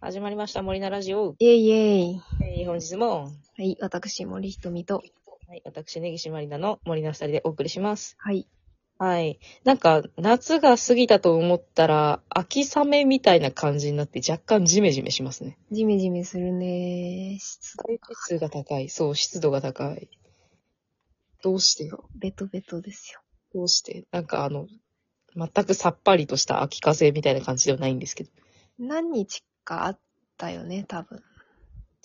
始まりました、森菜ラジオ。イェイイェイ。えー本日も、はい、私、森ひとみと。はい、私、根岸まりなの森菜二人でお送りします。はい。はい。なんか、夏が過ぎたと思ったら、秋雨みたいな感じになって若干ジメジメしますね。ジメジメするねー。湿度海数が高い。そう、湿度が高い。どうしてよ。ベトベトですよ。どうしてなんかあの、全くさっぱりとした秋風みたいな感じではないんですけど。何日かあったよね、多分。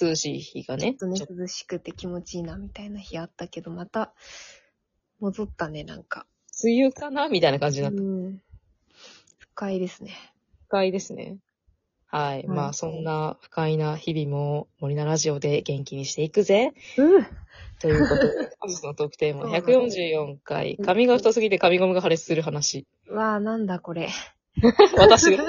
涼しい日がちょっね。とねちょっ、涼しくて気持ちいいな、みたいな日あったけど、また、戻ったね、なんか。と梅雨かなみたいな感じになうった。ん。不快ですね。不快ですね。はい。はいまあ、そんな不快な日々も森菜ラジオで元気にしていくぜ。うん。ということで、本日のトークテーマ そうなんだ144回、髪が太すぎて髪ゴムが破裂する話。わあ、なんだこれ。私 が、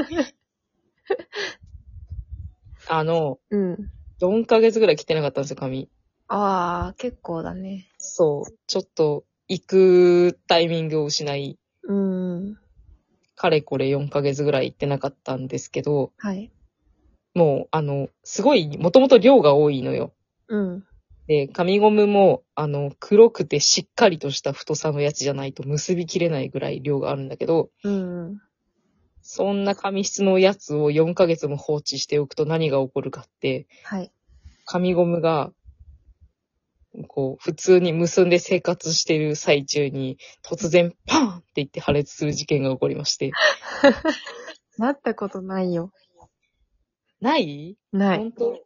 あの、うん。 4ヶ月ぐらい切ってなかったんですよ、髪。ああ、結構だね。そう。ちょっと、行くタイミングを失い、うん。かれこれ4ヶ月ぐらい行ってなかったんですけど、はい。もう、あの、すごい、もともと量が多いのよ。うん。で、髪ゴムも、あの、黒くてしっかりとした太さのやつじゃないと結びきれないぐらい量があるんだけど、うん。そんな髪質のやつを4ヶ月も放置しておくと何が起こるかって、はい。髪ゴムが、こう、普通に結んで生活している最中に、突然パーンって言って破裂する事件が起こりまして。なったことないよ。ない、ない。本当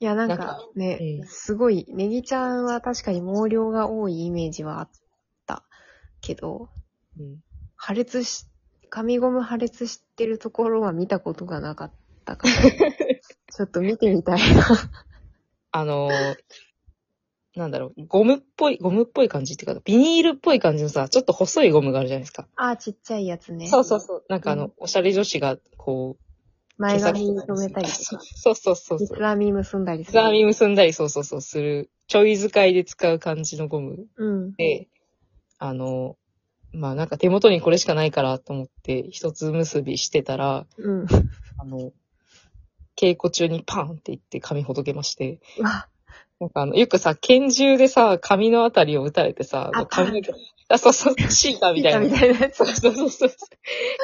いや、なんなんかかね、うんすごい、ネギちゃんは確かに毛量が多いイメージはあったけど、うん。破裂し、紙ゴム破裂してるところは見たことがなかっ たから、ちょっと見てみたいな。あのー、なんだろう、ゴムっぽい、ゴムっぽい感じっていうか、ビニールっぽい感じのさ、ちょっと細いゴムがあるじゃないですか。あー、ちっちゃいやつね。そうそうそう。なんかあの、うんおしゃれ女子が、こう、前髪留めたりとか、そうそうそうイそうス。ラミ結んだりすつる。まみ結んだり、そうそうそう、する。ちょい使いで使う感じのゴムうん。で、あの、まあなんか手元にこれしかないからと思って、一つ結びしてたら、 うん。あの、稽古中にパンって言って髪ほどけまして、うわ、 なんかあの、よくさ、拳銃でさ、髪のあたりを撃たれてさあ、髪の毛、あ、そうそう、シーターみたいみな。たいなやつそう。そうそうそう。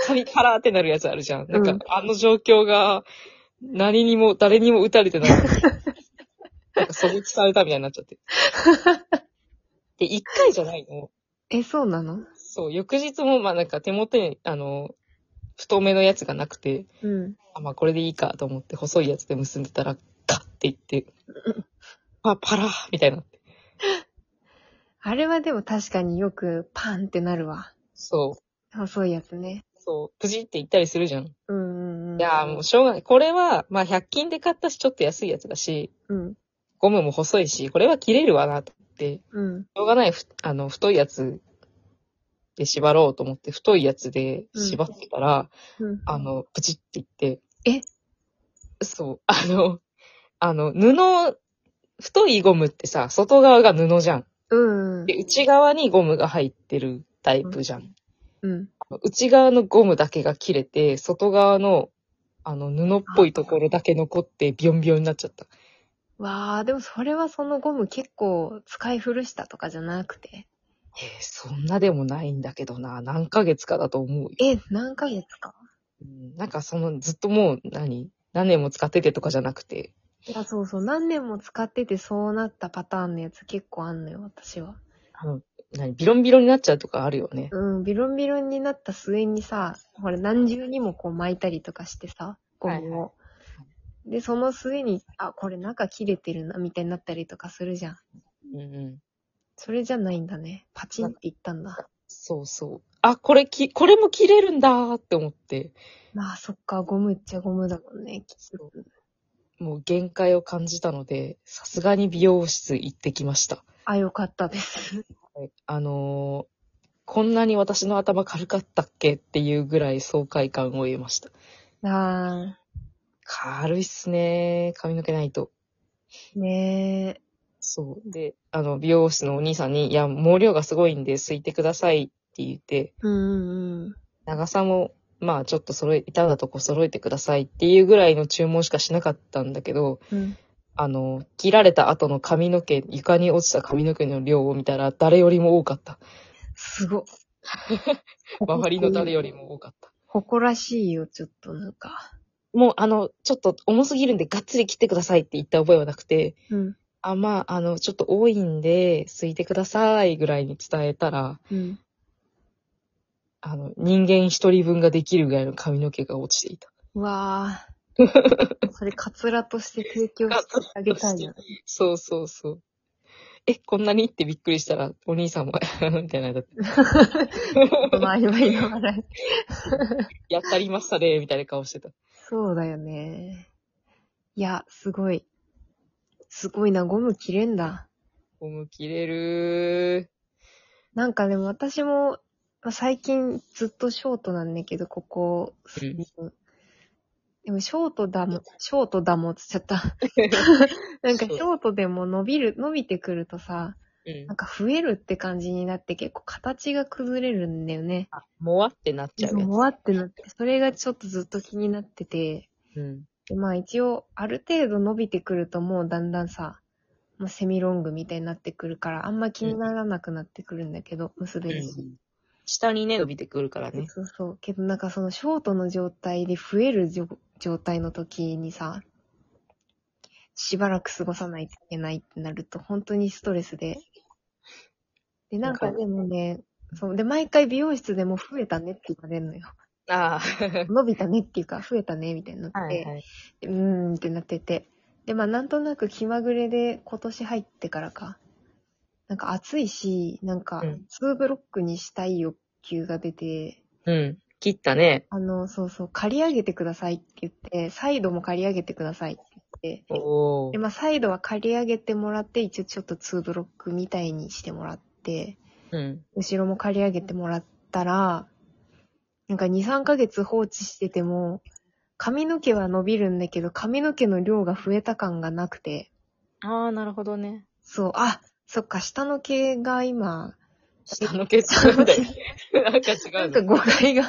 髪パラーってなるやつあるじゃん。なんか、うんあの状況が、何にも、誰にも打たれて ない。なんか、狙撃されたみたいになっちゃって。で、一回じゃないの。え、そうなのそう、翌日も、まあなんか手元に、あの、太めのやつがなくて、うん。あ、まあこれでいいかと思って、細いやつで結んでたら、カッていって、あ、パラーみたいになって。あれはでも確かによくパンってなるわ。そう。細いやつね。そう、プチっていったりするじゃん。うんうんうん。いやーもうしょうがない。これは、まあ100均で買ったし、ちょっと安いやつだし、うん。ゴムも細いし、これは切れるわなと思って、しうん。ょうがないふ、あの、太いやつで縛ろうと思って、太いやつで縛ってたら、うん。あの、プチっていって。えそう、あの、あの、布、太いゴムってさ、外側が布じゃん。うんうんで、内側にゴムが入ってるタイプじゃん。うん。内側のゴムだけが切れて、外側の、あの、布っぽいところだけ残って、ビヨンビヨンになっちゃった。わあ、でもそれはそのゴム結構使い古したとかじゃなくて。えーそんなでもないんだけどな。何ヶ月かだと思うよ。え、何ヶ月かうんなんかその、ずっともう何、何年も使っててとかじゃなくて。いや、そうそう。何年も使っててそうなったパターンのやつ結構あんのよ、私は。あの、何、ビロンビロンになっちゃうとかあるよね。うん、ビロンビロンになった末にさ、ほら何重にもこう巻いたりとかしてさ、ゴムを。はいはで、その末に、あ、これ中切れてるな、みたいになったりとかするじゃん。うんうん。それじゃないんだね。パチンっていったんだ。そうそう。あ、これき、これも切れるんだーって思って、まあ、そっか、ゴムっちゃゴムだもんね、きっと。もう限界を感じたので、さすがに美容室行ってきました。あ、よかったです。はいあのーこんなに私の頭軽かったっけっていうぐらい爽快感を得ました。あ軽いっすねー。髪の毛ないと。ー、ねそう。で、あの、美容室のお兄さんに、いや、毛量がすごいんで、すいてくださいって言って、ーうんうんうん。長さもまあちょっと揃え、至るとこ揃えてくださいっていうぐらいの注文しかしなかったんだけど、うん。あの、切られた後の髪の毛、床に落ちた髪の毛の量を見たら誰よりも多かった。す ごっ。周りの誰よりも多かった。誇らしいよ、ちょっとなんか。もうあの、ちょっと重すぎるんでがっつり切ってくださいって言った覚えはなくて、うん。あ、まあ、あの、ちょっと多いんで、すいてくださいぐらいに伝えたら、うん。あの、人間一人分ができるぐらいの髪の毛が落ちていた。うわ ぁ。それ、カツラとして提供してあげたいな。そうそうそう。え、こんなにってびっくりしたら、お兄さんも、み たいな、だってまあ、今言わない。やったりましたね、みたいな顔してた。そうだよね。いや、すごい。すごいな、ゴム切れんだ。ゴム切れるなんかでも私も、まあ、最近ずっとショートなんだけど、ここ、でもショートだも、ショートだもって言っちゃった。なんかショートでも伸びる、伸びてくるとさ、ー。うなんん。か増えるって感じになって結構形が崩れるんだよね。もわってなっちゃうやもわってなって、それがちょっとずっと気になってて、つ。うん。でまあ一応ある程度伸びてくるともうだんだんさ、まあ、セミロングみたいになってくるからあんま気にならなくなってくるんだけど、結べるし。下にね、伸びてくるからね。そうそう。けどなんかそのショートの状態で増えるじょ状態の時にさ、しばらく過ごさないといけないってなると本当にストレスで。で、なんかわかでもね、そう。で、毎回美容室でも増えたねって言われるのよ。あ伸びたねっていうか、増えたねみたいになって、あ。はいはい。うーんってなってて。で、まあなんとなく気まぐれで今年入ってからか。なんか暑いし、なんかうん2ブロックにしたい欲求が出て、うん。切ったね。あの、そうそう、借り上げてくださいって言って、サイドも借り上げてくださいって言って、おで、ー。まあ、サイドは借り上げてもらって、一応ちょっと2ブロックみたいにしてもらって、うん。後ろも借り上げてもらったら、なんか2、3ヶ月放置してても、髪の毛は伸びるんだけど、髪の毛の量が増えた感がなくて、ああ、なるほどね。そう、あ、そっか、下の毛が今、下の毛違うんだよ。 なんか違う。なんか誤解が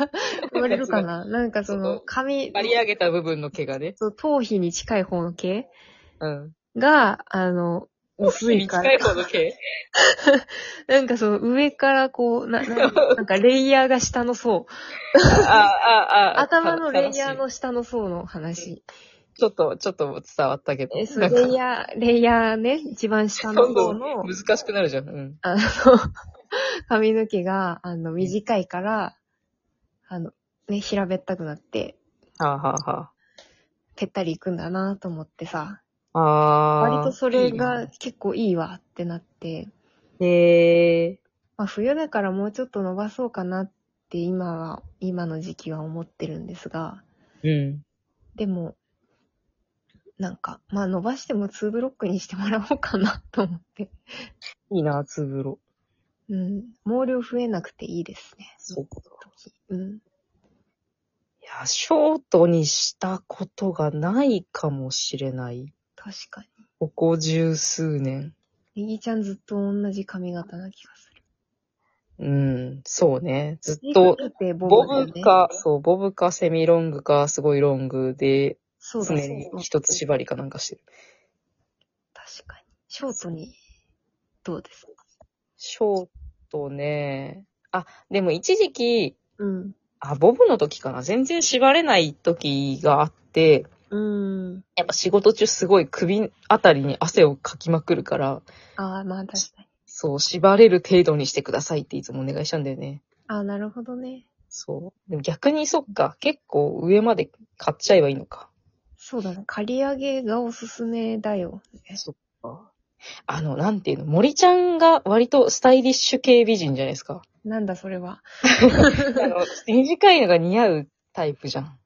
生まれるかななんかそちょっのと、髪、刈り上げた部分の毛がね。そう頭皮に近い方の毛うん。が、あの、薄い か短いら、方の毛なんかその上からこう、な、ななんかレイヤーが下の層。 ああ、ああ。頭のレイヤ正ーしの下の層の話。い。ちょっと、ちょっと伝わったけど。えそうなんかレイヤー、レイヤーね、一番下のどん層どのん、難しくなるじゃん。うん。あの、髪の毛が、あの、短いから、あの、ね、平べったくなって、はあ、はあはぺったりいくんだなと思ってさ、あ。ああー。割とそれいいがね。結構いいわってなって、へえ。まあ、冬だからもうちょっと伸ばそうかなって今は、今の時期は思ってるんですが、うん。でも、なんか、まあ伸ばしても2ブロックにしてもらおうかなと思って。いいな、つぶろ。うん。毛量増えなくていいですね。そうか。時うん。いや、ショートにしたことがないかもしれない。確かに。ここ十数年。ネギちゃんずっと同じ髪型な気がする。うん、そうね。ずっネギとち、ゃんってボボブだよねブか、そう、ボブかセミロングか、すごいロングで、そうだ常に一つそう縛りかなんかしてる。だ確かに。ショートに、どうですかショートね。あ、でも一時期、うん。あ、ボブの時かな。全然縛れない時があって、うん。やっぱ仕事中すごい首あたりに汗をかきまくるから、ああ、まあ確かに。そう、縛れる程度にしてくださいっていつもお願いしたんだよね。ああ、なるほどね。そう。でも逆にそっか、結構上まで買っちゃえばいいのか。そうだね。刈り上げがおすすめだよ。そっか。あの、なんていうの、森ちゃんが割とスタイリッシュ系美人じゃないですか。なんだそれは。あの、短いのが似合うタイプじゃん。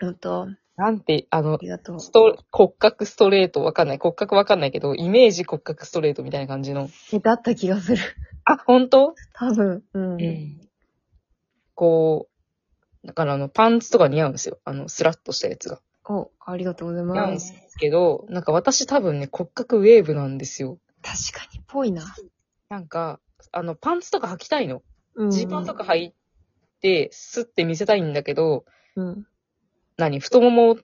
うんと、なんて、あのあ、りがとう。スト、骨格ストレートわかんない。骨格わかんないけど、イメージ骨格ストレートみたいな感じの。え、だった気がする。あ、本当多分、うん。うんこう、だからあの、パンツとか似合うんですよ。あの、スラッとしたやつが。お、ありがとうござい似合うんま。ですすけど、なんか私多分ね、骨格ウェーブなんですよ。確かに、ぽいな。なんか、あの、パンツとか履きたいの。うんジーパンとか履いて、スッて見せたいんだけど、うん。何太もも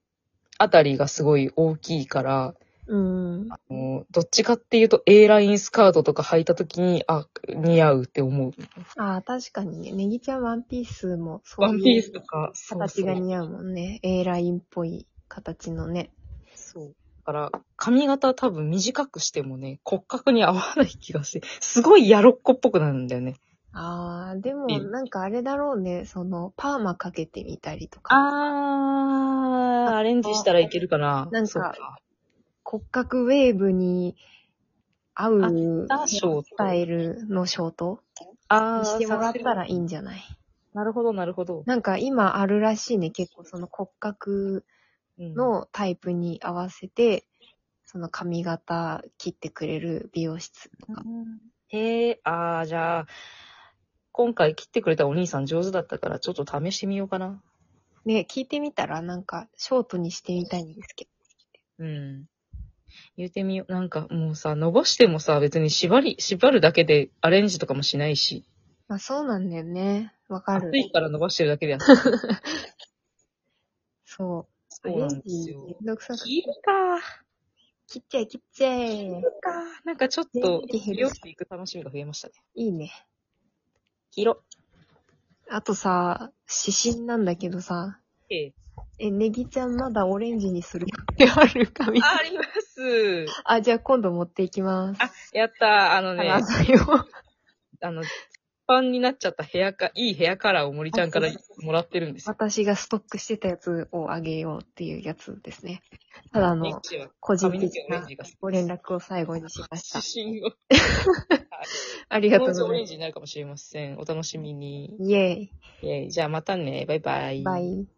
あたりがすごい大きいから、うん。もうどっちかっていうと A ラインスカートとか履いた時に、あ、似合うって思う。ああ、確かにね。ネギちゃんワンピースもそうワンいピーうスとか、そうそ形うが似合うもんね。A ラインっぽい形のね。そう。だから、髪型多分短くしてもね、骨格に合わない気がして、すごいやろっこっぽくなるんだよね。ああ、でもいいなんかあれだろうね。その、パーマかけてみたりとか。あー、アレンジしたらいけるかな。なんかそうか。骨格ウェーブに合うあったショートスタイルのショートあにー、してもらった探らせいいんじゃないるなるほど、なるほど。なんか今あるらしいね。結構その骨格うん、のタイプに合わせて、その髪型切ってくれる美容室とか。へえ、あー、じゃあ、今回切ってくれたお兄さん上手だったから、ちょっと試してみようかな。ね、聞いてみたらなんかショートにしてみたいんですけど。うん。言うてみよう。なんかもうさ、伸ばしてもさ、別に縛り、縛るだけでアレンジとかもしないし、まあそうなんだよね。わかる暑。いから伸ばしてるだけでやっそう。そうなんですよめ。んどくさくて切るか。切っちゃえ、切っちゃえ。か。なんかちょっと、電気減る料理行く楽しみが増えましたね。いいね。切ろ。あとさ、指針なんだけどさ、ええ。え、ネギちゃんまだオレンジにするってある 髪。あります。あ、じゃあ今度持っていきます。あ、やった。あのね、あだよ。あの、パンになっちゃったヘアカ、いいヘアカラーを森ちゃんからもらってるんですよ。私がストックしてたやつをあげようっていうやつですね。ただあネッの、チは個人髪の的毛オレンなジが好きご連絡を最後にしました。指針を。ありが気とう持ちごオざレンいます。ジになるかもしれません。お楽しみに。イェイ。えーじゃあまたね。バイバイ。バイ。